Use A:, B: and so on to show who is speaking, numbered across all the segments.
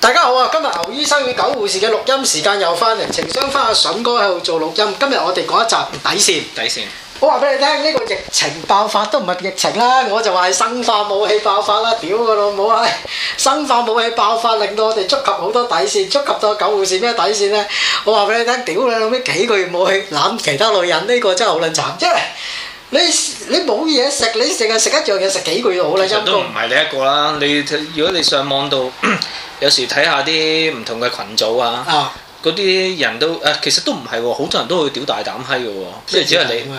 A: 大家好啊！今日牛醫生與狗護士嘅錄音時間又翻嚟，情商花阿筍哥喺度做錄音。今日我哋講一集底線。
B: 底線。
A: 我話俾你聽，呢、個疫情爆發都唔係疫情啦，我就話係生化武器爆發啦！屌個老母啊！生化武器爆發令到我哋觸及好多底線，觸及到狗護士咩底線呢？我話俾你聽，屌你老尾幾個月冇去攬其他女人，呢、個真係好撚慘，因為你你冇嘢食，你淨係食一樣嘢食幾個月好啦，
B: 其實
A: 陰
B: 都
A: 公
B: 唔。係你一個啦，你如果你上網度 有時睇下啲唔同嘅群組啊，
A: 啊！
B: 嗰啲人都誒、其實都唔係喎，好多人都會屌大膽閪嘅喎，即係只係你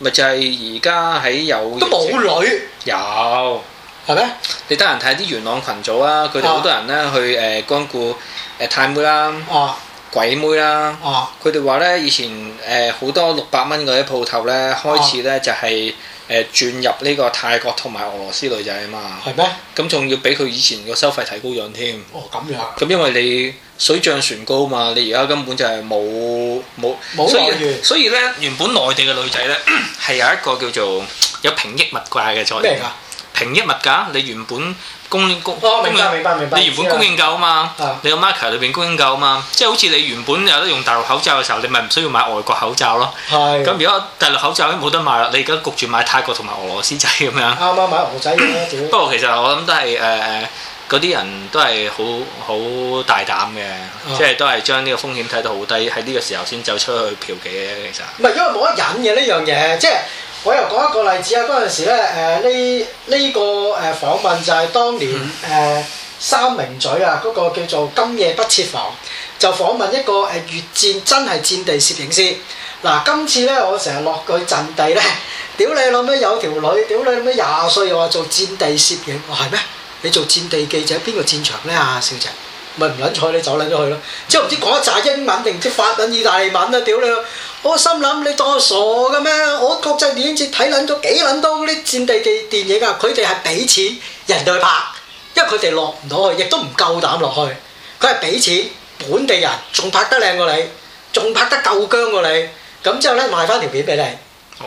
B: 咪就係而家喺有
A: 啊都冇女，
B: 有，
A: 係咩？
B: 你得閒睇啲元朗群組啊，佢哋好多人咧去誒、呃光顧誒太妹啦、
A: 啊
B: 鬼妹啦，
A: 啊！
B: 佢哋話咧以前誒好、多六百蚊嗰啲鋪頭咧開始
A: 啊
B: 咧就係、誒轉入呢個泰國同埋俄羅斯女仔啊嘛，
A: 係咩？
B: 咁仲要俾佢以前個收費提高咗添。
A: 哦，咁樣
B: 咁因為你水漲船高嘛，你而家根本就係冇冇
A: 冇
B: 所
A: 來源
B: 以所以咧，原本內地嘅女仔咧 係有一個叫做有平抑物價嘅作用
A: 咩。㗎？
B: 平抑物價，你原本供應供
A: 哦，
B: 供
A: 明
B: 應
A: 白明白明白。
B: 啊你原本供應夠啊嘛
A: 啊，
B: 你個 market 裏邊供應夠啊嘛，即係好似你原本有得用大陸口罩嘅時候，你咪唔需要買外國口罩咯。
A: 係
B: 咁而家大陸口罩已經冇得賣啦，你而家焗住買泰國同埋俄羅斯仔咁樣。
A: 啱啱買牛仔嘅屌
B: 不過其實我諗都係誒誒嗰啲人都係好好大膽嘅，即係都係將呢個風險睇到好低，喺呢個時候先走出去嫖妓嘅其實。
A: 唔係因為冇得忍嘅呢樣嘢，即係我又講一個例子啊！嗰陣時咧，誒呢呢個誒訪問就係當年誒、三名嘴啊，嗰、個叫做今夜不設防，就訪問一個誒越戰真係戰地攝影師。嗱，今次咧我成日落佢陣地咧，屌你老味有條女，屌你老味廿歲又話做戰地攝影，我係咩？你做戰地記者邊個戰場咧啊，小姐？咪唔撚睬你走撚咗去咯，之後唔知講一紮英文定唔知法文、意大利文啊，屌你老！我心諗你當我傻嘅咩？我國際電影節睇撚咗幾撚多嗰啲戰地嘅電影啊！佢哋係俾錢人哋去拍，因為佢哋落唔到去，亦都唔夠膽落去。佢係俾錢本地人，仲拍得靚過你，仲拍得夠僵過你。咁之後咧賣翻條片俾你，
B: 哦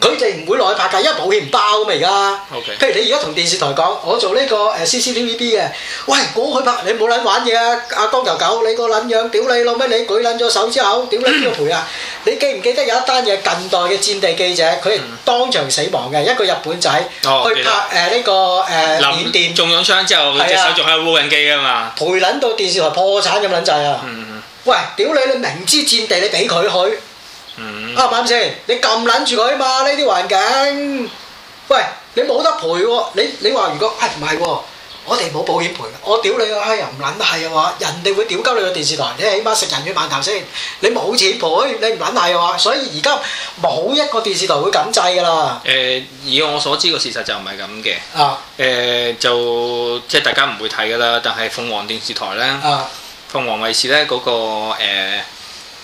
A: 佢哋唔會落去拍㗎，因為保險包啊㗎嘛而家。
B: ，OK，
A: 譬如你而家同電視台講，我做呢、個誒 CCTVB 嘅，喂，我去拍你冇撚玩嘢啊！阿光頭狗，你個撚樣，屌你老咩！你舉撚咗手之後，屌你邊個賠 啊？你記唔記得有一單嘢近代嘅戰地記者，佢係當場死亡嘅，一個日本仔、
B: 嗯哦
A: 去
B: 記得
A: 拍誒呢、個誒、呃、緬
B: 林
A: 甸，
B: 中咗槍之後，佢隻手仲喺度撈緊機啊嘛。
A: 賠撚到電視台破產咁撚滯啊！
B: 嗯
A: 喂，屌你！你明知戰地，你俾佢去。
B: 嗯
A: 啱唔啱先？你撳撚住佢嘛？呢啲環境，喂，你冇得賠喎、你你話如果啊唔係喎，我哋冇保險賠㗎，我屌你啊！哎呀唔撚係啊話，人哋會屌鳩你個電視台，你起碼食人血饅頭先，你冇錢賠，你唔撚係啊話，所以而家冇一個電視台會咁制㗎啦。
B: 誒，以我所知個事實就唔係咁嘅。
A: 啊
B: 誒、就即係大家唔會睇㗎啦，但係鳳凰電視台咧，
A: 啊
B: 鳳凰衛視咧嗰、個誒嗰、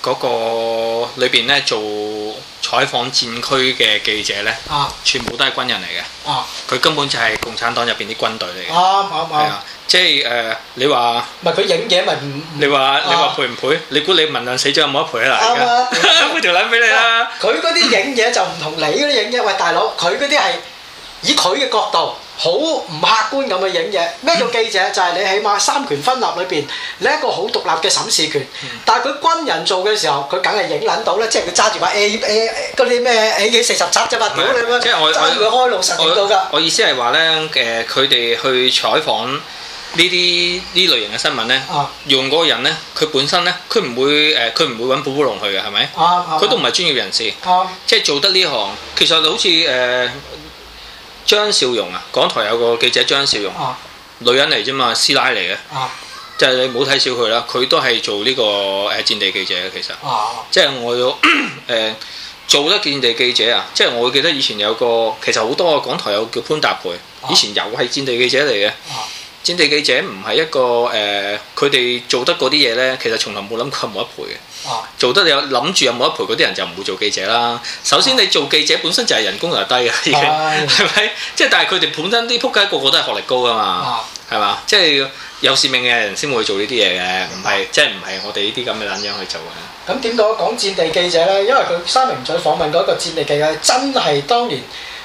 B: 個裏邊咧做採訪戰區嘅記者咧，
A: 啊
B: 全部都係軍人嚟嘅，
A: 啊！
B: 佢根本就係共產黨入邊啲軍隊
A: 啱
B: 嚟嘅，
A: 啱
B: 係
A: 啱，
B: 啊，即係誒、你話
A: 唔係佢影嘢咪唔唔
B: 你話你話
A: 啊
B: 賠唔賠？你估你文亮死咗有冇得賠啊？嗱，而
A: 啱啊
B: 家 賠條撚俾 你啦，
A: 佢嗰啲影嘢就唔同你嗰啲影嘢，喂大佬，佢嗰啲係以佢嘅角度，好唔客觀咁去影嘢。咩叫記者？就係、你起碼三權分立裏邊，你一個好獨立嘅審視權。但係佢軍人做嘅時候，佢梗係影撚到啦，即係佢揸住把 A A 嗰啲咩 AK 四十七啫嘛，屌你媽！
B: 即係我
A: 揸住佢開路實影到㗎。
B: 我我意思係話咧誒，佢哋去採訪呢啲呢類型嘅新聞咧。
A: 啊
B: 用嗰個人呢，佢本身呢，佢唔會誒，佢、唔會揾寶寶龍去嘅，係咪？
A: 啊啊！
B: 佢都唔係專業人士，
A: 啱
B: 即係做得呢行。其實好似誒、呃、張少容啊，港台有個記者張少容，
A: 啊
B: 女人嚟啫嘛，師奶嚟嘅，
A: 啊
B: 就係、你唔好睇小佢啦，佢都係做呢、個誒、呃、戰地記者嘅，其實
A: 啊
B: 即係我 有誒、做得戰地記者啊，即係我記得以前有個其實好多個港台有叫潘達培，以前又係戰地記者嚟嘅。
A: 啊！
B: 戰地記者唔係一個誒，呃佢、哋做得嗰啲嘢呢，其實從來冇諗過有冇得賠嘅。
A: 啊
B: 做得有諗住有冇得賠嗰啲人就唔會做記者啦。首先你做記者本身就係人工就低
A: 啊
B: 嘅，已經
A: 係
B: 係咪？即係但係佢哋本身啲仆街個個都係學歷高噶嘛，
A: 啊！
B: 係嘛？即係有使命嘅人先會做呢啲嘢嘅，唔
A: 啊
B: 係即係唔係我哋呢啲咁嘅撚樣去做嘅。
A: 咁點講講戰地記者呢？因為佢三名嘴訪問嗰個戰地記者，真係當年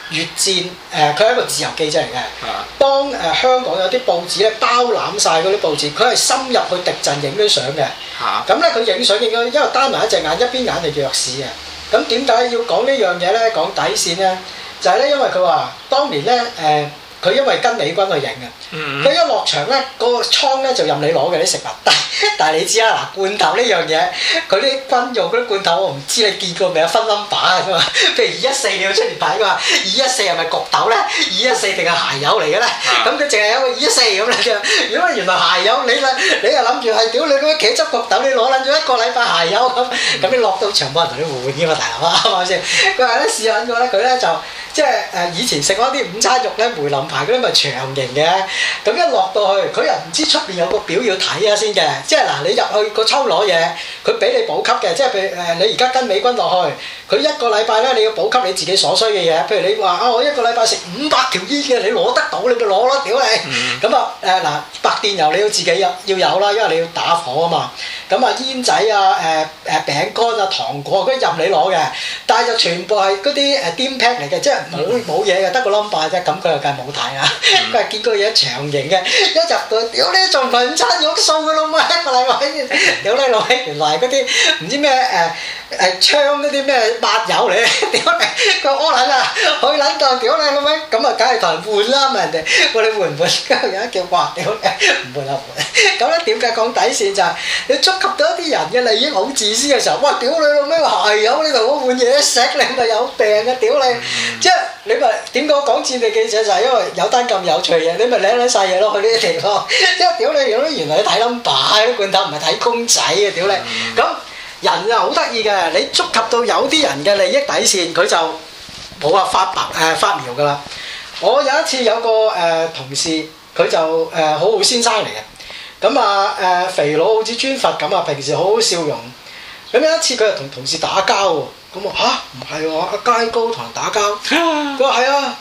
A: 越戰誒，佢係一個自由記者嚟嘅。
B: 啊
A: 幫誒、呃香港有啲報紙咧包攬晒嗰啲報紙，佢係深入去敵陣影啲相嘅。
B: 嚇
A: 咁咧佢影相影咗，因為單埋一隻眼，一邊眼係弱視嘅。啊咁點解要講呢樣嘢咧？講底線咧，就係、呢，咧，因為佢話當年咧誒，呃佢、因為跟美軍去影嘅。
B: 嗯
A: 佢一落場咧，個倉咧就任你攞嘅啲食物，但但係 你知啦，嗱罐頭呢樣嘢，佢啲軍用嗰啲罐頭，我唔知你見過未啊？分 number 啊嘛，譬如二一四你要出年睇噶嘛，二一四係咪焗豆咧？二一四定係鞋油嚟嘅咧？咁佢淨係有個二一四咁啦啫。如果原來鞋油你啦，你又諗住係屌你咁樣茄汁焗豆，你攞撚咗一個禮拜鞋油咁，咁你落到場冇人同你換嘅嘛，大佬 啊，啱唔啱先？佢話咧試撚過咧，佢咧就即係誒以前食嗰啲午餐肉咧，梅林牌嗰啲咪長形嘅。咁一落到去，佢又唔知出邊有個表要睇下先嘅，即係嗱，你入去個抽攞嘢，佢俾你補給嘅，即係譬如誒，你而家跟美軍落去，佢一個禮拜咧，你要補給你自己所需嘅嘢，譬如你話啊，我一個禮拜食五百條煙嘅，你攞得到你咪攞咯，屌你！咁啊誒嗱，白電油你要自己有要有啦，因為你要打火啊嘛。咁啊煙仔啊誒誒餅乾啊糖果啊嗰啲任你攞嘅，但係就全部係嗰啲誒 dim pack 嚟嘅，即係冇冇嘢嘅，得個 number 啫。咁佢又梗係冇睇啦。啊佢係見過嘢長形嘅，一入到屌呢仲唔係午餐肉數嘅咯嘛，一個禮拜屌你老味，原來嗰啲唔知咩誒誒槍嗰啲咩抹油 嚟，屌你佢屙撚啊，去撚到屌你老味，咁啊梗係同人換啦，問人哋喂你 換唔換？跟住有一叫哇屌 你唔換啦唔換，咁咧點解講底線就係、你觸及到一啲人嘅利益好自私嘅時候，哇屌你老味話係有你同我換嘢食，你咪有病嘅屌你！即係你咪點講講戰地記者就係因為有單咁有趣嘅，你咪舐舐晒嘢咯去呢啲地 方，即係屌你原來原來你睇 number 啲罐頭唔係睇公仔嘅屌你，咁人啊又好得意嘅，你觸及到有啲人嘅利益底線，佢就冇話發白誒、發苗㗎啦。我有一次有個誒、同事，佢就誒、好好先生嚟嘅，咁啊誒肥佬好似尊佛咁啊，平時好好笑容。咁有一次佢又同同事打交喎，咁我吓唔係喎，阿佳高同人打交，佢話係啊，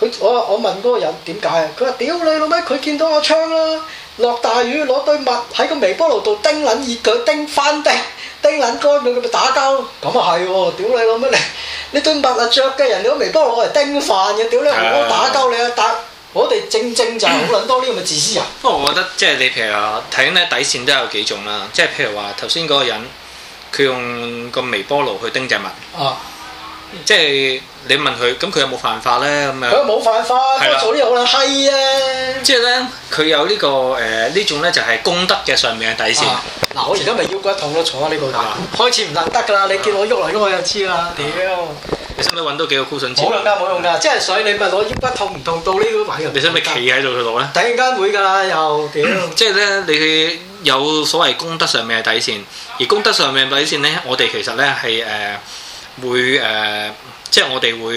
A: 佢我我問嗰個人點解啊，佢話屌你老味，佢見到我槍啦，落大雨攞對襪喺個微波爐度叮撚熱佢，叮翻叮，叮撚乾佢，佢咪打交咯，咁啊係喎，屌你老味你你對襪啊着嘅，人哋個微波爐攞嚟叮飯嘅，屌你我打交你啊，但我哋正正就係好撚多呢咁嘅自私人，
B: 不過我覺得即係你譬如話睇咧底線都有幾種啦，即係譬如話頭先嗰個人，佢用個微波爐去叮隻物，
A: 啊，
B: 即係你問佢，咁佢有冇犯法咧？咁
A: 佢
B: 樣，
A: 冇犯法，
B: 係
A: 不過
B: 啦
A: 做啲好撚閪啊！
B: 即係咧佢有呢、個誒呢、種咧就係公德嘅上面嘅底線。
A: 啊嗱，我而家咪腰骨痛咯，坐喺呢
B: 啊
A: 個位，開始唔撚得㗎啦！你見我喐嚟喐去就知啦，屌！
B: 你使唔使揾多幾個箍筍
A: 冇用
B: 紙？
A: 㗎，冇用㗎，即係所以你咪攞腰骨痛唔痛到呢個位㗎。
B: 你使唔使企？喺度佢度咧？
A: 突然間會㗎啦，又屌！
B: 即係咧，你有所謂公德上面嘅底線，而公德上面嘅底線咧，我哋其實咧係誒會誒、呃即係我哋會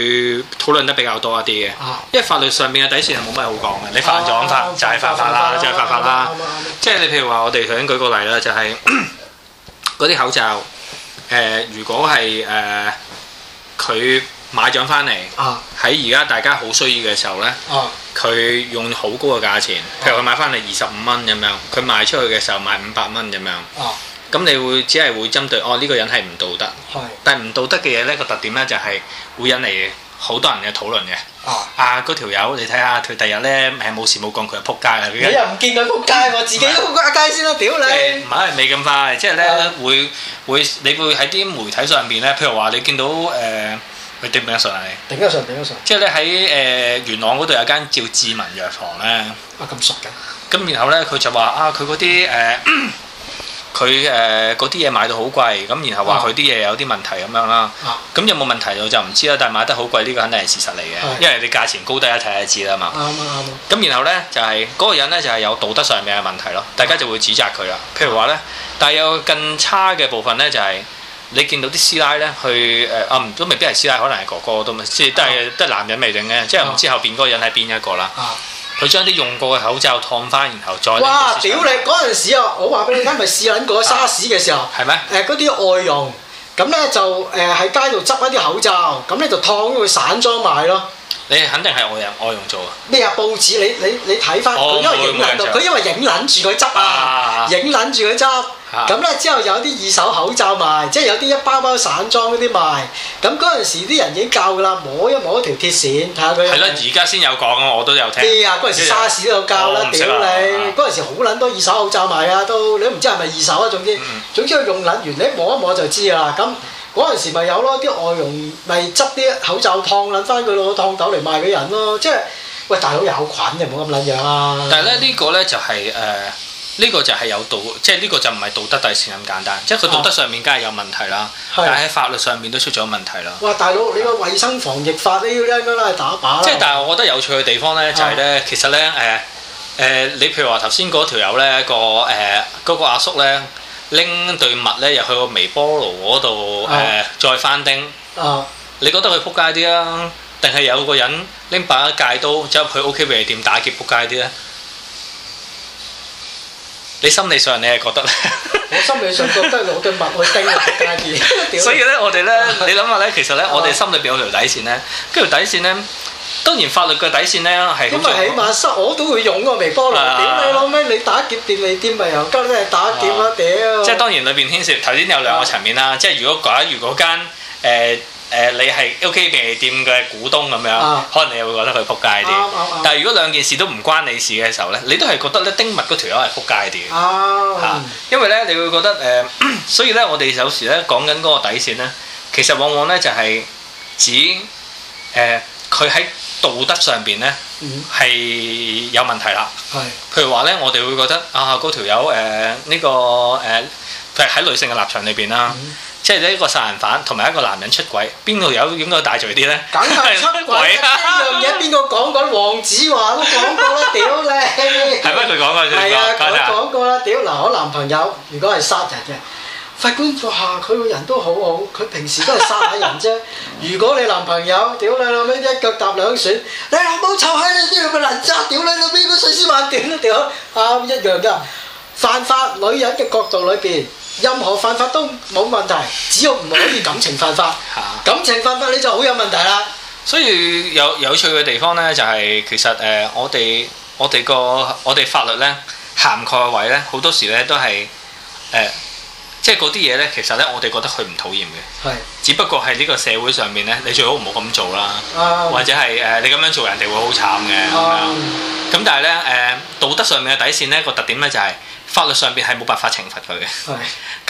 B: 討論得比較多一啲嘅。
A: 啊
B: 因為法律上面嘅底線係冇乜好講嘅，你犯咗咁法就係犯法啦，就係犯法
A: 啱啊
B: 啦。
A: 啱啊
B: 即係你譬如話，我哋頭先舉個例啦，就係 嗰啲口罩，誒、呃如果係誒佢買咗翻嚟，
A: 啊
B: 喺而家大家好需要嘅時候咧。
A: 啊
B: 佢用好高嘅價錢，譬如佢買翻嚟二十五蚊咁樣，佢賣出去嘅時候賣五百蚊咁樣，
A: 啊！
B: 咁你會只係會針對哦呢、個人係唔道德，
A: 係
B: 但係唔道德嘅嘢呢個特點呢，就係會引嚟好多人嘅討論嘅。
A: 啊！
B: 啊嗰條友你睇下佢第日呢，誒冇事冇幹佢就撲街啦，佢
A: 你
B: 一
A: 又唔見佢仆街喎，自己都仆街先啦，屌
B: 誒
A: 你！
B: 唔係未咁快，即係咧
A: 啊
B: 會會你會喺啲媒體上邊咧，譬如話你見到誒。佢頂唔頂得順啊？你
A: 頂得順，頂得順，
B: 即係咧喺誒元朗嗰度有間叫志文藥房咧，
A: 啊咁熟嘅，
B: 咁然後咧，佢就話啊，佢嗰啲誒，佢誒嗰啲嘢賣到好貴，咁然後話佢啲嘢有啲問題咁樣啦。
A: 啊
B: 咁有冇問題我就唔知啦，但係賣得好貴呢個肯定係事實嚟嘅，
A: 係
B: 因為你價錢高低一睇就知啦嘛
A: 啱。啊啱啊，
B: 咁然後咧就係、嗰、個人咧就係有道德上面嘅問題咯，大家就會指責佢啦。譬如話咧，但係有更差嘅部分咧就係、你見到啲師奶咧去誒啊唔都未必係師奶，可能係哥哥都咪，即係都
A: 哦
B: 係得男人未定嘅，即係唔知後邊嗰個人係邊一個啦。
A: 啊！
B: 佢將啲用過嘅口罩燙翻，然後再
A: 哇！屌你嗰陣時啊，我話俾你聽，咪試撚過沙士嘅時候。
B: 係咩？
A: 誒嗰啲外傭，咁咧就誒喺街度執一啲口罩，咁咧就燙咗佢散裝賣咯。
B: 你肯定係外人外佣做啊！
A: 咩啊？報紙你你你睇翻
B: 哦
A: 佢，因為影
B: 冇
A: 撚到
B: 印象
A: 佢，因為影撚住佢執啊
B: 啊，
A: 影撚住佢執。
B: 啊
A: 咁咧之後有啲二手口罩賣，即係有啲一包包散裝嗰啲賣。咁嗰陣時啲人已經教㗎啦，摸一摸條鐵線，睇下佢有冇。
B: 係咯，而家先有講啊，我都有聽。
A: 咩啊？嗰陣時沙士都有教
B: 我
A: 啦，
B: 唔識
A: 屌
B: 啊
A: 你！
B: 啊
A: 嗰陣時好撚多二手口罩賣啊，都你都唔知係咪二手啊？總之
B: 嗯
A: 總之佢用撚完，你一摸一摸就知㗎啦。咁嗰陣時咪有咯，啲外傭咪執啲口罩燙撚翻佢攞燙斗嚟賣俾人咯。即係喂大佬有菌，你唔好咁撚樣啊！
B: 但係咧呢個咧就係誒呢個就係有道，即係呢個就唔係道德底線咁簡單，即係佢道德上面梗係有問題啦，
A: 係
B: 但係喺法律上面都出咗問題啦。
A: 哇大佬你個衞生防疫法呢啲應該拉去打靶啦。
B: 即係但係我覺得有趣嘅地方咧就係咧，其實咧誒誒，你譬如話頭先嗰條友咧個誒嗰個阿叔咧拎對襪咧入去個微波爐嗰度誒再翻叮，
A: 啊
B: 你覺得佢撲街啲啊？定係有個人拎把戒刀走入去 OK 便利店打劫撲街啲咧？你心理上你係覺得咧？
A: 我心理上覺得攞對襪去叮落街 啲，屌
B: 所以
A: 你
B: 咧，我 哋咧，你諗下咧，其實咧，我哋心裏邊有條底線咧，跟條底線咧，當然法律嘅底線咧係
A: 咁
B: 好
A: 咪起
B: 重要。
A: 碼塞我都會用個微波爐，
B: 啊
A: 屌你老味！你打劫便利店咪又跟你打劫啦，屌！
B: 啊即係當然裏邊牽涉頭先有兩個層面啦，即係如果假如嗰間誒誒你係 OK 便利店嘅股東咁樣
A: 啊，
B: 可能你會覺得佢撲街
A: 啱啱
B: 啲
A: 啱。
B: 但係如果兩件事都唔關你事嘅時候咧，你都係覺得咧丁物嗰條友係撲街啲嘅。
A: 啊
B: 啊，，因為咧你會覺得誒、呃 所以咧我哋有時咧講緊嗰個底線咧，其實往往咧就係指誒佢喺道德上邊咧
A: 嗯，
B: 係有問題啦。
A: 係
B: 譬如話咧，我哋會覺得啊嗰條友誒呢個誒、呃譬如喺女性嘅立場裏邊啦。
A: 嗯
B: 即係一個殺人犯同埋一個男人出軌，邊度有應該大罪啲咧？
A: 梗係 出軌
B: 啊
A: 啦！呢樣嘢邊個講過？黃子華都講過啦，屌你！
B: 係咪佢講嘅？
A: 係啊，
B: 佢
A: 講
B: 講
A: 講過啦，屌嗱，我男朋友如果係殺人嘅。法官話：佢個人都好好，佢平時都係殺下人 啫。如果你男朋友屌你老味一腳踏兩船，你老母臭閪你呢個人渣，屌你老味個碎屍萬段都屌，啱一樣㗎。犯法女人嘅角度裏邊，任何犯法都冇問題，只要唔可以感情犯法。
B: 嚇。
A: 感情犯法你就好有問題啦。
B: 所以有有趣嘅地方咧，就係、其實誒、呃我哋我哋個我哋法律咧涵蓋嘅位咧，好多時咧都係誒、呃即係嗰啲嘢咧，其實咧我哋覺得佢唔討厭嘅，
A: 係
B: 只不過係呢個社會上面咧，你最好唔好咁做啦，
A: 啊，
B: 或者係誒、呃你咁樣做人哋會好慘嘅咁
A: 啊
B: 樣。咁但係咧誒道德上面嘅底線咧個特點咧就係、法律上邊係冇辦法懲罰佢嘅，
A: 係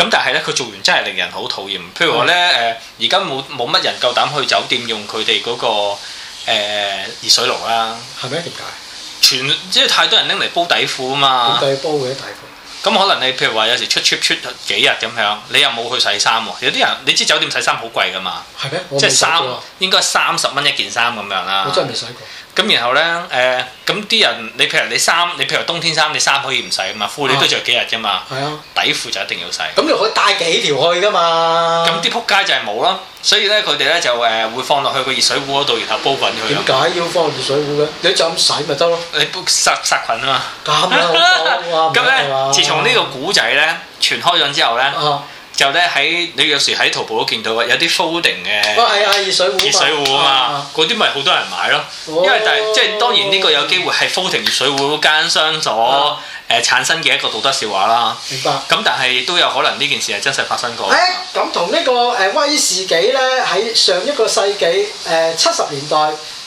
B: 咁但係咧佢做完真係令人好討厭。譬如話咧誒，而家冇冇乜人夠膽去酒店用佢哋嗰個誒熱水爐啦，
A: 係咪點解？
B: 全即係太多人拎嚟煲底褲啊
A: 點
B: 嘛。
A: 解煲嘅大盤？
B: 咁可能你譬如話有時出 trip 出幾日咁樣，你又冇去洗衫喎。有啲人你知酒店洗衫好貴噶嘛，
A: 係咩？我
B: 即係
A: 未洗過
B: 三
A: 啊
B: 應該三十蚊一件衫咁樣啦
A: 我。真係未洗過。
B: 咁然後咧，誒、咁啲人，你譬如你衫，你譬如冬天衫，你衫可以唔洗噶嘛，褲
A: 啊
B: 你都着幾日啫嘛，
A: 係啊，
B: 底褲就一定要洗。
A: 咁你可以帶幾條去噶嘛？
B: 咁啲仆街就係冇啦，所以咧佢哋咧就誒會放落去個熱水壺嗰度，然後煲滾佢
A: 點
B: 咁。
A: 解要放熱水壺嘅？你就咁洗咪 得咯，
B: 你煲殺殺菌啊嘛。
A: 咁啦好多啊，
B: 咁
A: 唔係嘛
B: 咧，自從呢個古仔咧傳開咗之後咧，
A: 啊，
B: 就咧喺你有時喺淘寶都見到嘅，有啲 folding
A: 哇
B: 嘅
A: 係啊，熱水壺嘛
B: 熱水壺啊嘛，，嗰啲咪好多人買咯。
A: 哦
B: 因為但係即係當然呢個有機會係 folding 熱水壺奸商所
A: 啊
B: 誒產生嘅一個道德笑話啦。
A: 明白。
B: 咁但係亦都有可能呢件事係真實發生過。
A: 誒咁同呢個誒威士忌咧喺上一個世紀誒七十年代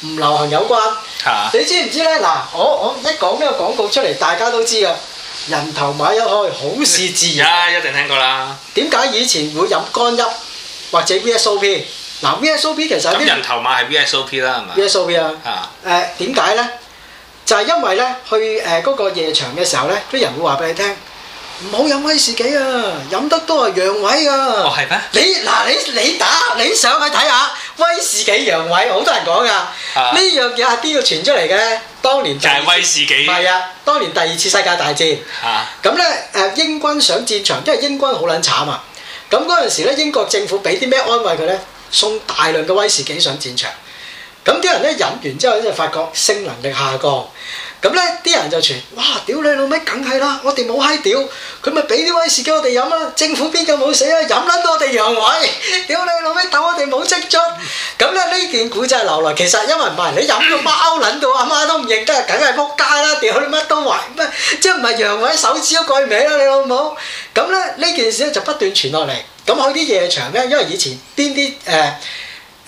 A: 唔流行有關，
B: 嚇
A: 你知唔知咧？嗱，我我一講呢個廣告出嚟，大家都知噶，人頭馬一開，好事自然。
B: 呀，一定聽過啦。
A: 點解以前會飲乾邑或者 VSOP？嗱，VSOP 其實有
B: 咁
A: 啲
B: 人啊頭馬係 VSOP 啦，係嘛？
A: VSOP 啊。
B: 啊，
A: 誒點解咧？就係、因為咧，去誒嗰、個夜場嘅時候咧，啲人會話俾你聽，唔好飲威士忌啊，飲得多係陽痿
B: 哦
A: 啊。
B: 係咩？
A: 你嗱你你打你上去睇下威士忌陽痿，好多人講噶。呢樣嘢係邊度傳出嚟嘅咧？當年
B: 啊就係威士忌啊
A: 係啊，當年第二次世界大戰。
B: 嚇
A: 咁咧誒英軍上戰場，因為英軍好撚慘啊！咁嗰陣時咧，英國政府俾啲咩安慰佢咧？送大量嘅威士忌上戰場。咁啲人咧飲完之後咧就發覺性能力下降。咁咧啲人就傳：哇！屌你老味，梗係啦！我哋冇閪屌，佢咪俾啲威士忌我哋飲啦，政府邊個冇死啊？飲撚到我哋陽痿， 屌你老味鬥我哋冇積蓄。咁咧呢件古仔流來，其實因為唔係你飲到貓撚到阿媽都唔認得，梗係撲街啦！屌你乜都壞乜，即係唔係陽痿手指都貴尾啦，你老母！咁咧呢件事咧就不斷傳落嚟。咁去啲夜場咧，因為以前邊啲誒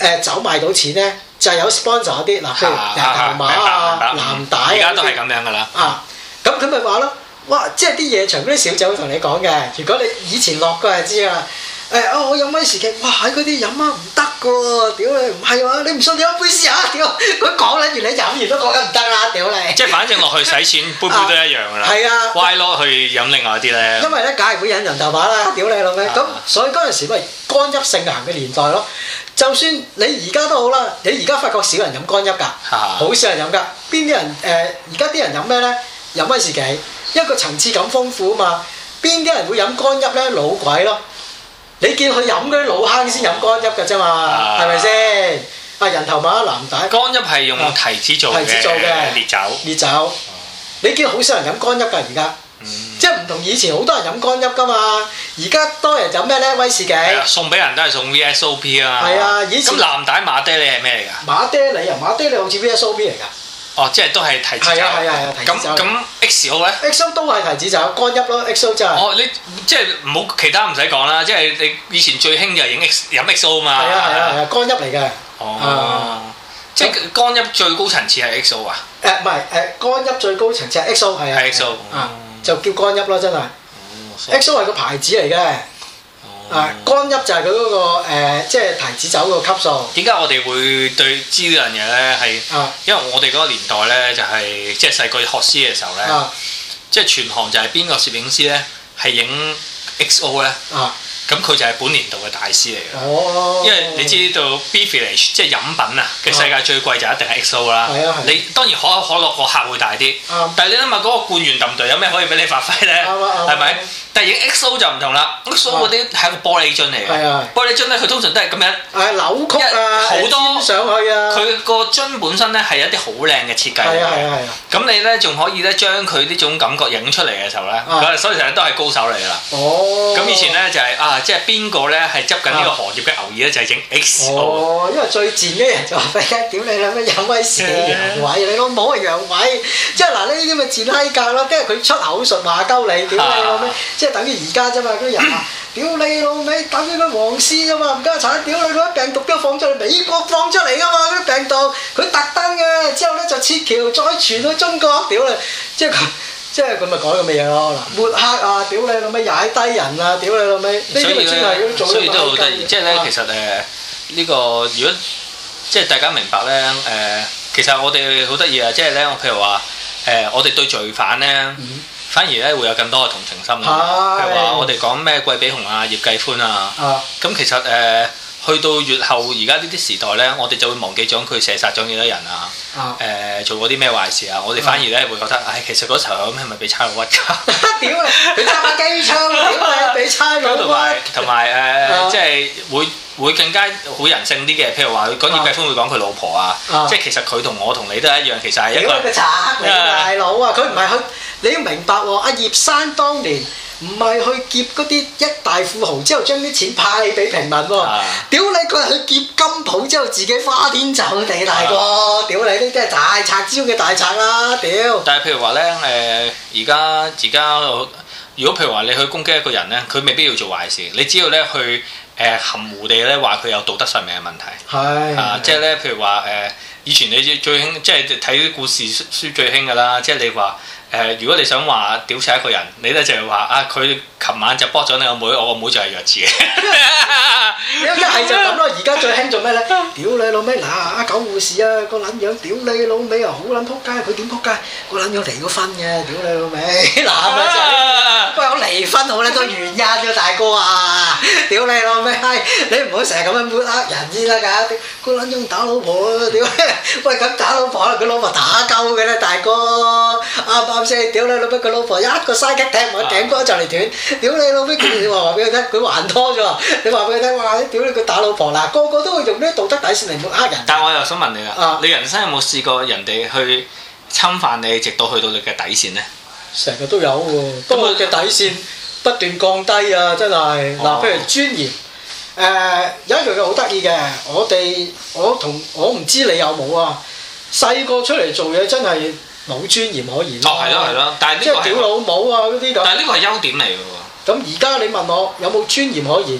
A: 誒酒賣到錢咧，就係有 sponsor 嗰啲，嗱譬如
B: 啊
A: 誒頭馬啊、藍帶啊
B: 而家都
A: 嗰啲
B: 係咁樣噶啦。
A: 啊，咁佢咪話咯，哇！即係啲夜場嗰啲小姐會同你講嘅，如果你以前落過就知啦。誒、哦，我飲威士忌，哇！喺嗰啲飲啊唔得嘅喎，屌你唔係喎，你唔信你飲杯試下，啊屌佢講撚完你飲完都講緊唔得啦，屌你！
B: 即係反正落去使錢，杯杯都一樣噶啦。
A: 係啊
B: 歪咯去飲另外一啲咧。
A: 因為咧，梗係會引人頭馬 啦，屌你老味！咁
B: 啊
A: 所以嗰陣時咪干邑盛行嘅年代咯。就算你而家都好啦，你而家發覺少人飲干邑㗎，
B: 啊
A: 好少人飲㗎。邊啲人誒？而家啲人飲咩咧？飲威士忌，因為個層次感豐富啊嘛。邊啲人會飲干邑咧？老鬼咯！你見佢飲嗰啲老坑先飲干邑㗎啫嘛，
B: 啊
A: 係咪先？啊，人頭馬藍帶
B: 乾邑係用提子做嘅，
A: 啊提子做嘅
B: 烈酒。
A: 烈酒，你見好少人飲干邑㗎而家。
B: 嗯
A: 即係唔同以前好多人飲乾邑㗎嘛，而家多人飲咩咧？威士忌、
B: 係啊，送俾人都係送 VSOP 啊。
A: 係啊以前
B: 咁藍帶馬爹利係咩嚟㗎？
A: 馬爹利啊，馬爹利好似 VSOP 嚟㗎
B: 哦，即係都係提子酒。
A: 係啊係啊係啊提子酒
B: 咁咁 XO 咧？
A: ，XO 都係提子酒，乾邑咯，XO 真係
B: 哦，你即係唔好其他唔使講啦，即係你以前最興就係影 X 飲 XO 嘛。
A: 係啊係啊係啊，乾邑嚟嘅。
B: 哦，即係乾邑最高層次係 XO 啊。
A: 誒唔係誒，乾邑最高層次係 XO 係啊，
B: 係嗯 XO
A: 啊就叫乾邑咯，真
B: 哦
A: 係 XO 係個牌子嚟嘅，
B: 哦
A: 啊乾邑就係佢嗰個誒即係提子酒個級數
B: 點解我哋會對知呢樣嘢咧？係
A: 啊
B: 因為我哋嗰個年代咧，就係即係細個學師嘅時候咧，
A: 啊
B: 即係全行就係邊個攝影師咧係影 XO 咧，
A: 啊
B: 咁佢就係本年度嘅大師嚟嘅。
A: 哦，
B: 因為你知道 beverage 即係飲品啊嘅世界最貴就一定係 XO 啦。
A: 係啊係
B: 你當然可口可樂個客會大啲
A: 啱，啊
B: 但係你諗下嗰個灌園揼隊有咩可以俾你發揮咧？
A: 啱啊啱啊
B: 係咪？但係影 XO 就唔同啦，XO 嗰啲係一個玻璃樽嚟
A: 係啊
B: 嘅，玻璃樽咧佢通常都係咁樣。
A: 誒扭曲啊，
B: 因為好多
A: 誒尖上去啊，
B: 佢個樽本身咧係有一啲好靚嘅設計嚟
A: 係啊係啊
B: 嘅，
A: 係啊，
B: 咁你咧仲可以咧將佢呢種感覺影出嚟嘅時候咧，
A: 啊
B: 所以成日都係高手嚟㗎啦。
A: 哦，
B: 咁以前咧就係啊，即係邊個咧係執緊呢個
A: 啊
B: 行業嘅牛耳咧就係整 XO，
A: 哦，因為最賤嘅人就話俾你聽，屌你啦咩有威 士忌陽
B: 啊
A: 痿，你老母係陽痿，即係嗱呢啲咪賤閪格咯，跟住佢出口術話鳩你，屌你老味
B: 啊，
A: 即係等於而家啫嘛，嗰啲人話。屌你老味，等於個黃絲啫嘛，唔家產！屌你，佢啲病毒都放出嚟，美國放出嚟噶啊嘛，嗰啲病毒，佢特登嘅，之後咧就撤僑，再傳到中國，屌你！即係佢，即係佢咪講咁嘅嘢咯嗱，抹黑啊，屌你老味，踩低人啊，屌你老味，呢
B: 所
A: 啲咪
B: 以
A: 專係
B: 咧
A: 做
B: 所以都好得意，即係咧
A: 啊
B: 其實誒呃呢個如果即係大家明白咧誒，其實我哋好得意啊，即係咧我譬如話誒，我哋對罪犯咧。反而咧會有更多嘅同情心嘅，譬如話我哋講咩季比雄啊、葉繼歡啊，
A: 啊
B: 咁其實誒、去到越後而家呢啲時代咧，我哋就會忘記咗佢射殺咗幾多人啊，
A: 啊
B: 誒、！做過啲咩壞事啊，我哋反而咧會覺得，唉、其實嗰時候咁係咪俾差佬屈㗎？
A: 屌你！佢揸把機槍，屌你！俾差佬
B: 咁同埋
A: 屈。
B: 同埋
A: 啊
B: 誒，即係會會更加好人性啲嘅，譬如話佢講葉繼歡會講佢老婆啊
A: 啊，
B: 即係其實佢同我同你都一樣，其實係一
A: 屌你個
B: 個
A: 賊嚟㗎大佬啊！佢唔係去，你要明白喎。阿葉生當年唔係去劫嗰啲一大富豪之後，將啲錢派俾平民喎
B: 啊。
A: 屌你！佢係去劫金鋪之後，自己花天酒地大哥。屌你！呢啲係大賊之中嘅大賊啦！屌。
B: 但係譬如話咧，誒而家而家我如果譬如話你去攻擊一個人咧，佢未必要做壞事，你只要咧去誒、呃含糊地咧話佢有道德上面嘅問題啊，
A: 係。
B: 即係咧譬如話誒、呃以前你最興即係睇啲故事書書最興㗎啦，即係你話。誒、如果你想話屌死一個人，你咧就係話啊，佢琴晚就搏咗你個妹，我個妹就係弱智嘅。
A: 一係就咁咯，而家最興做咩咧？屌你老味嗱，阿狗護士啊，個撚樣屌你老味啊，好撚撲街，佢點撲街？個撚樣離咗婚嘅，屌你老味 嗱，咪就係
B: 啊
A: 喂，我離婚好撚多原因嘅大哥啊！屌你老味，你唔好成日咁樣抹黑人先得㗎。個撚樣打老婆啊！屌，喂咁打老婆啦，佢老婆打鳩嘅啦，大哥啱唔啱先？屌你老味，佢老婆一個嘥吉踢我頸骨就嚟斷。屌你老味，佢話話俾佢聽，佢還拖咗。啊你話俾佢聽，哇！屌你佢打老婆嗱，個個都會用呢啲道德底線嚟抹黑人。
B: 但我又想問你啦，
A: 啊
B: 你人生有冇試過人哋去侵犯你，直到去到你嘅底線呢？啊
A: 成日都有喎，不過嘅底線不斷降低啊！真係嗱，
B: 哦
A: 譬如尊嚴，誒、有一樣嘢好得意嘅，我哋我同我唔知你有冇啊？細個出嚟做嘢真係冇尊嚴可言啦
B: 哦，係咯係咯，但係
A: 即
B: 呢個
A: 係屌
B: 係，
A: 老母啊嗰啲咁。
B: 但係呢個係優點嚟嘅喎。
A: 咁而家你問我有冇尊嚴可言，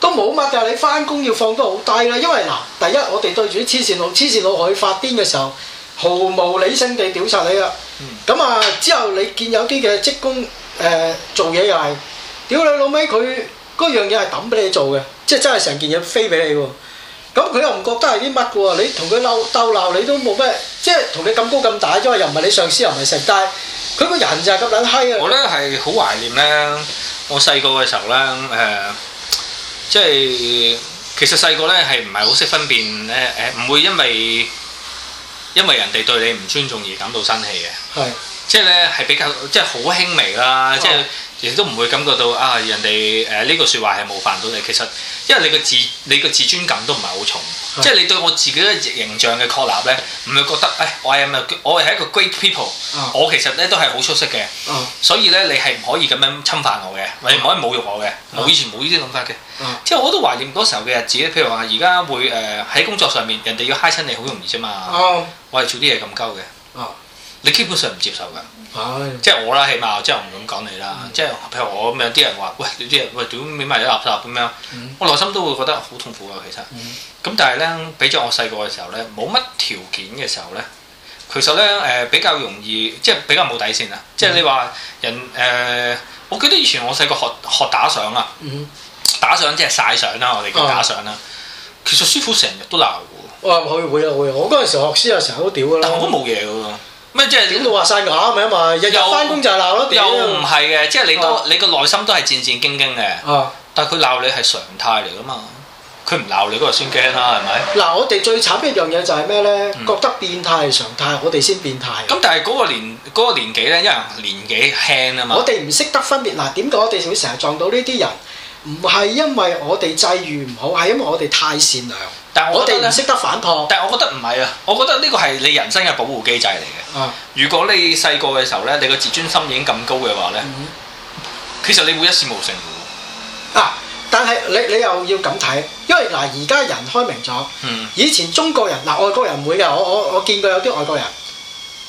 A: 都冇乜㗎。你翻工要放得好低啦，因為嗱，第一我哋對住啲黐線佬，黐線佬佢發癲嘅時候，毫無理性地屌殺你啦
B: 嗯。
A: 咁啊、之後你見有啲嘅職工誒、呃做嘢又係，屌你老味，佢嗰樣嘢係抌俾你做嘅，即係真係成件嘢飛俾你喎。咁佢又唔覺得係啲乜嘅喎，你同佢鬧鬥鬧你都冇咩，即係同你咁高咁大啫嘛，又唔係你上司又唔係成，但係佢個人就係咁撚閪啊！
B: 我咧係好懷念咧，我細個嘅時候咧，誒、即係其實細個咧係唔係好識分辨咧？誒、唔會因為因為人哋對你唔尊重而感到生氣嘅，
A: 係
B: 即係咧係比較即係好輕微啦，
A: 哦
B: 即係。亦都唔會感覺到啊！人哋誒呢個説話係冒犯到你，其實因為你個自你個自尊感都唔係好重，
A: 係
B: 即係你對我自己嘅形象嘅確立咧，唔會覺得誒、哎我係咪我係一個 great people，、
A: 啊
B: 我其實咧都係好出色嘅，
A: 啊
B: 所以咧，你係唔可以咁樣侵犯我嘅，或者唔可以侮辱我嘅，冇以前冇呢啲諗法嘅。
A: 啊
B: 即係我都懷念嗰時候嘅日子，譬如話而家會誒喺、工作上面，人哋要嗨親你好容易啫嘛。
A: 啊！
B: 我係做啲嘢咁鳩嘅，
A: 啊
B: 你基本上唔接受㗎。
A: 唉，
B: 即係我啦，起碼即係我唔敢講你啦。
A: 嗯
B: 即係譬如我咁樣，啲人話喂你啲人喂屌你咪啲垃圾咁樣
A: 嗯，
B: 我內心都會覺得好痛苦㗎啊其實。咁但係咧，俾咗我細個嘅時候咧，冇乜條件嘅時候咧，其實咧誒、呃比較容易，即係比較冇底線啊！
A: 嗯
B: 即係你話人誒、呃我記得以前我細個學學打賞啊，
A: 嗯，
B: 打賞即係晒相啦，我哋叫
A: 啊
B: 打賞啦。其實師傅成日都鬧嘅喎，
A: 我話佢會啊會啊，我嗰陣時學師啊成日都屌噶
B: 但我都
A: 啦，
B: 冇嘢嘅喎，咩即
A: 屌
B: 係
A: 到話晒牙咪啊嘛，日日
B: 又
A: 翻工就係鬧咯，屌
B: 又唔係嘅，即係你都
A: 啊
B: 你個內心都係戰戰兢兢嘅，
A: 啊！
B: 但係佢鬧你係常態嚟噶嘛，佢唔鬧你嗰日先驚啦，係咪？
A: 嗱，我哋最慘一樣嘢就係咩咧？覺得變態係常態，我哋先變態。啊
B: 嗯咁但係嗰個年嗰、個年紀咧，因為年紀輕啊嘛
A: 我。哋唔識得分別嗱，點解我哋會成日撞到呢啲人？唔係因為我哋際遇唔好，係因為我哋太善良，
B: 但係我
A: 我
B: 覺得
A: 哋
B: 咧
A: 唔，識得反撲
B: 但係我覺得唔係啊，我覺得呢個係你人生嘅保護機制嚟嘅。
A: 啊！
B: 如果你細個嘅時候咧，你個自尊心已經咁高嘅話咧，
A: 嗯
B: 其實你會一事無成嘅。
A: 啊！但係你你又要咁睇，因為嗱而家人開明咗。
B: 嗯，
A: 以前中國人嗱、外國人唔會嘅，我我我見過有啲外國人，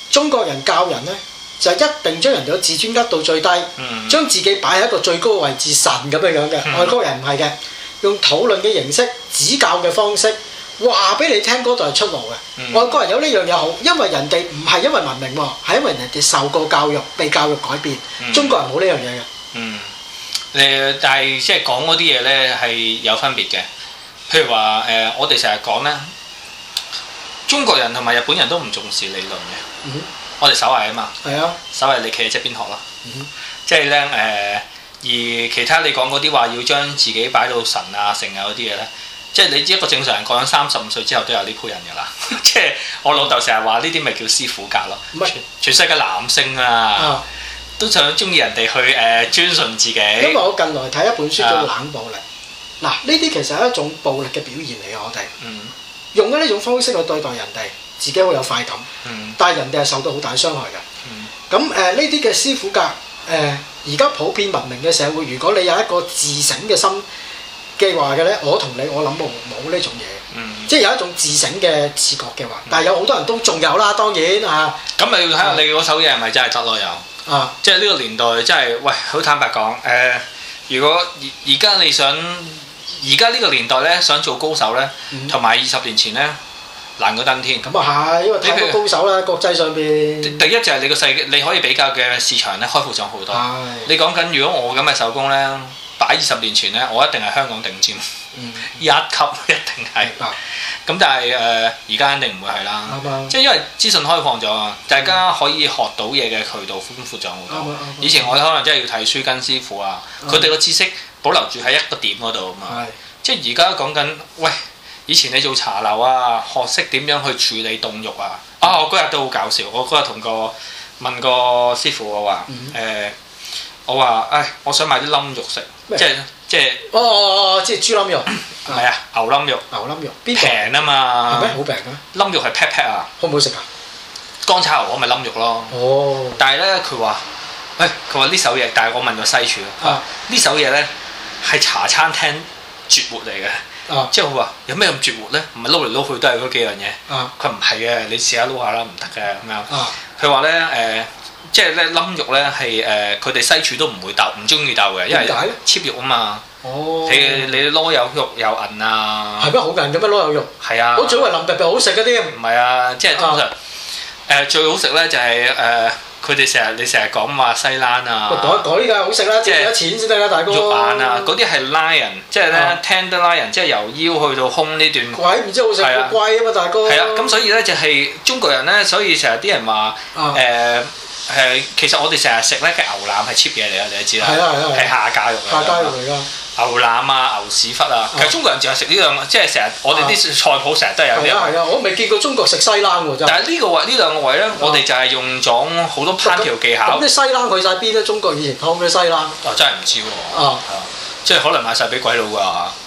A: 中國人教人咧就係一定將人哋嘅自尊呃到最低，
B: 嗯
A: 將自己擺喺一個最高嘅位置神咁樣樣嘅。
B: 嗯
A: 外國人唔係嘅，用討論嘅形式、指教嘅方式話俾你聽嗰度係出路嘅。
B: 嗯
A: 外國人有呢樣嘢好，因為人哋唔係因為文明喎，係因為人哋受過教育、被教育改變。
B: 嗯
A: 中國人冇呢樣嘢嘅。
B: 嗯，誒，但係即係講嗰啲嘢咧係有分別嘅。譬如話誒、呃我哋成日講咧，中國人同埋日本人都唔重視理論嘅。
A: 嗯
B: 我哋手藝啊嘛，
A: 係啊，
B: 手藝你企喺側邊學咯。
A: 嗯
B: 即係咧誒，而其他你講嗰啲話要將自己擺到神啊、聖啊嗰啲嘢咧，即係你知一個正常人講緊三十五歲之後都有呢鋪人㗎啦。 即係我老豆成日話呢啲咪叫師傅格咯
A: 唔係，
B: 全全世界男性嗯啊，
A: 啊，
B: 都想中意人哋去誒、尊順自己。
A: 因為我近來睇一本書叫
B: 啊
A: 《冷暴力》，嗱呢啲其實係一種暴力嘅表現嚟嘅，我哋。
B: 嗯
A: 用緊呢種方式去對待人哋，自己好有快感，
B: 嗯
A: 但係人哋係受到好大傷害嘅。
B: 嗯
A: 咁誒呢啲嘅師傅格誒，呃而家普遍文明嘅社會，如果你有一個自省嘅心嘅話嘅咧，我同你我諗冇冇呢種嘢，
B: 嗯，
A: 即係有一種自省嘅自覺嘅話，但係有好多人都仲有啦，當然啊
B: 咁咪要睇下你嗰首嘢係咪真係得咯又？
A: 啊
B: 即係呢個年代，真係喂，好坦白講，誒、如果而而家你想而家呢個年代咧，想做高手咧
A: 嗯，
B: 同埋二十年前咧難過登天。
A: 咁啊係，因為太多高手啦， 國際上邊
B: 第一就係你個世界，你可以比較嘅市場咧開闊咗好多。
A: 係
B: 你講緊如果我咁嘅手工咧，擺二十年前咧，我一定係香港頂尖
A: 嗯
B: 一級，一定係。
A: 明白
B: 咁但係誒，呃而家肯定唔會係啦。
A: 啱啊
B: 即係因為資訊開放咗啊，大家可以學到嘢嘅渠道寬闊咗好
A: 啱
B: 多
A: 啊啱啊。
B: 以前我哋可能真係要睇書跟師傅啊，
A: 嗯
B: 佢哋個知識保留住喺一個點嗰度啊嘛。
A: 係
B: 即係而家講緊，喂，以前你做茶樓啊，學識點樣去處理凍肉啊。
A: 嗯
B: 啊，我嗰日都好搞笑，我嗰日同個問個師傅我話
A: 嗯
B: 誒、我話唉，我想買啲冧肉食，
A: 咩
B: 即係即係
A: 哦哦哦，即係豬冧肉、
B: 唔係啊牛冧肉
A: 牛冧肉，邊度
B: 平啊
A: 係咪
B: 嘛，
A: 好平啊？
B: 冧肉係 pat pat 啊，
A: 好唔好食啊？
B: 乾炒牛河咪冧肉咯。
A: 哦。
B: 但係咧，佢話喂，佢話呢首嘢，但係我問咗西廚，佢話
A: 啊
B: 呢首嘢咧係茶餐廳絕活嚟嘅。
A: 啊
B: 之後佢話有咩咁絕活咧？唔係撈嚟撈去都係嗰幾樣嘢。
A: 啊
B: 佢話唔係嘅，你試下撈下啦，唔得嘅咁樣。
A: 啊
B: 佢話咧誒，即係咧冧肉咧係誒，佢哋西廚都唔會鬥，唔中意鬥嘅，因為
A: 點解咧
B: cheap 肉啊嘛。
A: 哦，
B: 你你攞有肉有銀啊
A: 係，咩好硬嘅咩螺有肉？
B: 係啊，
A: 我最為淋特別好食嘅添。
B: 唔係啊，即係通常誒最好食咧就係誒佢哋成日你成日講話西蘭
A: 喂改
B: 啊。
A: 改㗎，好食啦，
B: 即
A: 即
B: 係
A: 係錢先得啦，大哥。
B: 肉眼啊，
A: 哦
B: 嗰啲係 lion，即係咧
A: 啊
B: tender lion，即係由腰去到胸呢段
A: 鬼唔知好食，
B: 係啊
A: 好貴啊嘛，大哥。
B: 係啊，咁所以咧就係中國人咧，所以成日啲人話
A: 啊
B: 誒誒，其實我哋成日食咧嘅牛腩係 cheap 嘢嚟啊，你都知啦，
A: 係啊係啊係啊
B: 係下價肉嚟㗎
A: 下街肉哦嚟㗎，
B: 牛腩啊、牛屎忽啊，其實中國人淨係食呢兩，即係成日我哋啲菜譜成日都有呢
A: 哦係啊
B: 樣。
A: 係啊，我未見過中國食西冷喎真係。
B: 但係呢個位呢兩個位咧，我哋就係用咗好多烹調技巧
A: 咁啲，西冷去晒邊咧？中國以前劏嘅西冷，
B: 我真係唔知
A: 啊
B: 喎。係啊即係可能賣晒俾鬼佬㗎，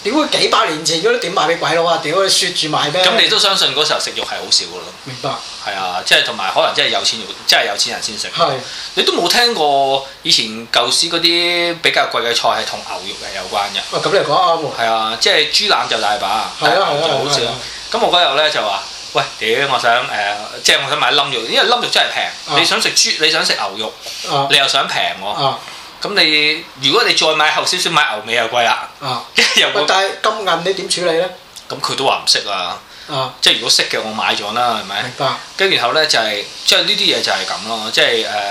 A: 屌佢幾百年前嗰啲點賣俾鬼佬啊？屌你雪住賣咩？
B: 咁你都相信嗰時候食肉係好少㗎咯。
A: 明白
B: 係啊，即係同埋可能真係有錢人，真係有錢人先食。
A: 係
B: 你都冇聽過以前舊時嗰啲比較貴嘅菜係同牛肉係有關
A: 啊？
B: 嘅。
A: 咁你講啱喎，
B: 係啊，即係豬腩就大把，
A: 係啊
B: 但
A: 係
B: 牛
A: 啊
B: 就好少
A: 係啊係啊。
B: 咁我嗰日咧就話：喂，屌！我想誒、呃即係我想買冧肉，因為冧肉真係平。
A: 啊
B: 你想食豬，你想食牛肉，
A: 啊
B: 你又想平喎。
A: 啊
B: 咁你如果你再買後少少買牛尾又貴啦，
A: 啊！
B: 又
A: 喂
B: 會，
A: 但係咁硬你點處理咧？
B: 咁佢都話唔識啊。
A: 啊，
B: 即係如果識嘅，我買咗啦，係咪？
A: 明白
B: 跟住然後咧就係、即係呢啲嘢就係咁咯，即係誒誒，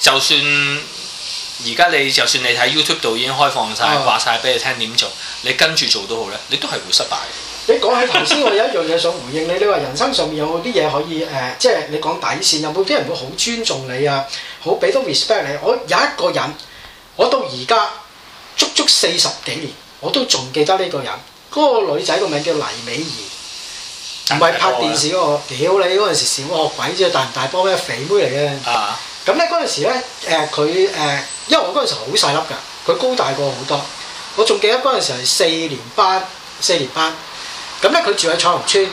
B: 就算而家你就算你睇 YouTube 度已經開放晒，
A: 啊
B: 話晒俾你聽點做，你跟住做都好咧，你都係會失敗嘅。
A: 你講起頭先，我有一樣嘢想回應你。你話人生上面有啲嘢可以誒、呃即係你講底線，有冇啲人會好尊重你啊？好俾到 respect 你。我有一個人，我到而家足足四十幾年，我都仲記得呢個人。嗰、個女仔個名叫黎美儀，唔係 拍啊電視嗰、個。屌你嗰陣時小學鬼啫，大唔大波咩肥妹嚟嘅。
B: 啊，
A: 咁咧嗰陣時咧，誒佢誒，因為我嗰陣時好細粒㗎，佢高大過我好多。我仲記得嗰陣時係四年班，四年班。咁咧佢住喺彩虹村，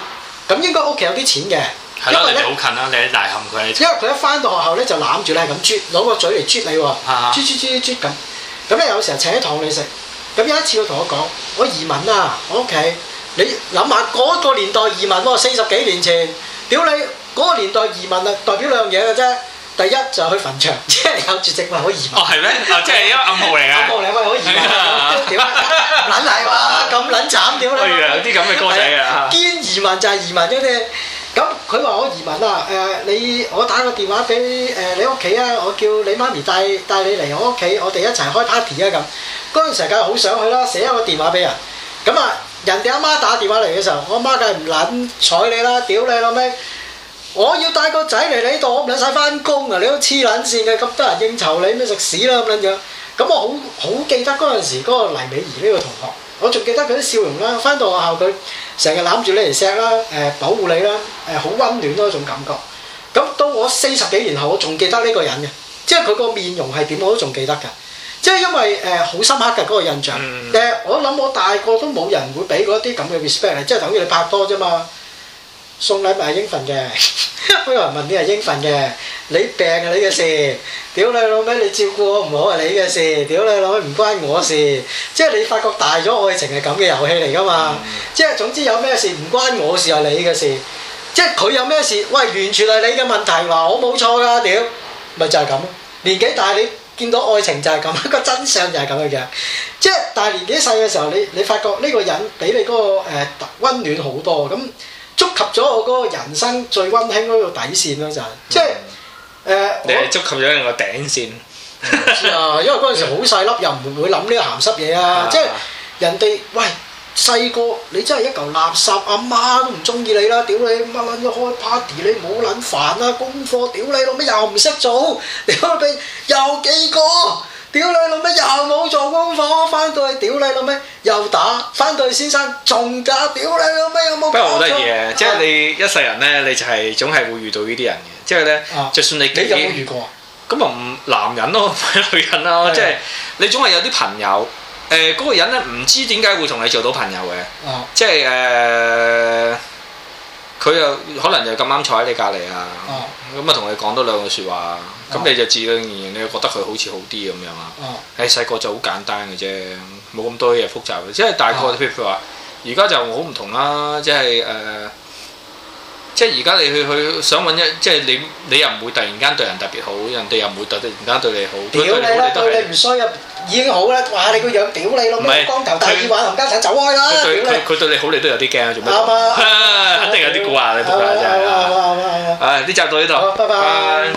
A: 咁應該屋企有啲錢嘅，
B: 係
A: 因
B: 啦，
A: 為
B: 你
A: 咧，
B: 哋好近啦，你喺大磡佢喺
A: 因為佢一翻到學校咧就攬住你係咁啜，攞個嘴嚟啜你喎，
B: 啊
A: 啜啜啜啜咁。咁咧有時候請啲糖你食。咁有一次佢同我講：我移民啊，我屋企。你諗下嗰個年代移民喎，四十幾年前，屌你嗰個年代移民啊，代表兩樣嘢嘅啫。第一就係去墳場，即係有住證咪可以移民。
B: 哦係咩？啊，即係一個暗 號嚟
A: 咁
B: 嘅。
A: 我兩位可以移民
B: 啊
A: 啊，屌撚係嘛，咁撚慘屌
B: 哎呀，有
A: 你！
B: 啲咁嘅歌仔
A: 係
B: 啊！
A: 堅移民就係移民嗰啲。咁佢話我移民啊，誒、你我打個電話俾誒、你屋企啊，我叫你媽咪帶帶你嚟我屋企，我哋一齊開 party 啊咁。嗰陣時梗係好想去啦，寫一個電話俾人。咁啊，人哋阿媽打電話嚟嘅時候，我阿媽梗係唔撚睬你啦，屌你老味！我要帶個仔嚟你呢度，我唔撚使翻工啊！你都黐撚線嘅，咁多人應酬你，咩食屎啦咁撚樣。咁我好好記得嗰陣時嗰個黎美儀呢個同學，我仲記得佢啲笑容啦。翻到學校佢成日攬住你嚟錫啦，誒、保護你啦，誒、好温暖嗰種感覺。咁到我四十幾年後，我仲記得呢個人嘅，即係佢個面容係點我都仲記得㗎。即係因為誒好、深刻嘅嗰、個印象。誒、
B: 嗯
A: 我諗我大個都冇人會俾嗰啲咁嘅 respect 你，即係等於你拍拖啫嘛。送禮物係應份嘅， 都有人問你係應份嘅。你病係你嘅事，屌你老味，你照顧我唔好係啊你嘅事，屌你老味唔關我事。即係你發覺大咗，愛情係咁嘅遊戲嚟㗎嘛。即係總之有咩事唔關我事係你嘅事，即係佢有咩事，喂完全係你嘅問題嗱，我冇錯㗎，屌，咪就係咁咯。年紀大你見到愛情就係咁，個真相就係咁樣嘅。即係但係年紀細嘅時候，你你發覺呢個人比你嗰、個誒、呃温暖好多，咁觸及咗我嗰個人生最温馨嗰個底線咯，就係、即係誒、呃
B: 你
A: 我
B: 係觸及咗個頂線。
A: 知啊，因為嗰陣時好細粒，又唔會諗呢個鹹濕嘢啊
B: 啊，
A: 即係人哋喂。細個你真係一嚿垃圾，阿媽都唔中意你啦！屌你乜撚咗開 party，你冇撚煩啦！功課屌你老味又唔識做，屌你又記過， 屌你老味又冇做功課，翻到去屌你老味又打，翻到去先生仲打，屌你老味有冇搞錯？
B: 不過好得意嘅，即係
A: 啊
B: 你一世人咧，你就係總係會遇到呢啲人嘅。即係咧
A: 啊，
B: 就算你幾
A: 你有冇遇過啊？
B: 咁啊，唔男人咯，唔 係女人
A: 係
B: 咯，
A: 啊
B: 即係你總係有啲朋友，誒、嗰、個人咧唔知點解會同你做到朋友嘅，
A: 啊
B: 即係誒，呃佢、又可能又咁啱坐喺你隔離啊，
A: 啊
B: 咁啊同你講多兩句説話，咁你就自然而然你就覺得佢好似好啲咁樣啊。
A: 哦，
B: 誒細個就好簡單嘅啫，冇咁多嘢複雜嘅，即係大概
A: 啊
B: 譬如話，而家就好唔同啦，即係誒、呃即係而家你去去想揾一，即係你你又唔會突然間對人特別好，人哋又唔會突然間對你好，佢
A: 屌
B: 對
A: 你
B: 你好
A: 啦，
B: 你都係
A: 對你唔衰啊，已經好啦。哇，你個樣屌你老
B: 唔係
A: 味，光頭大耳
B: 佢
A: 環，冚家鏟走開啦！
B: 佢
A: 屌
B: 對佢
A: 你，
B: 佢對你好，你都有啲驚啊，做咩？
A: 啱啊
B: 肯定有啲古惑你讀啦真
A: 啱啊啱
B: 係啊。
A: 啊啱啊啱啊！
B: 唉，呢集到呢
A: 好
B: 度，
A: 拜拜。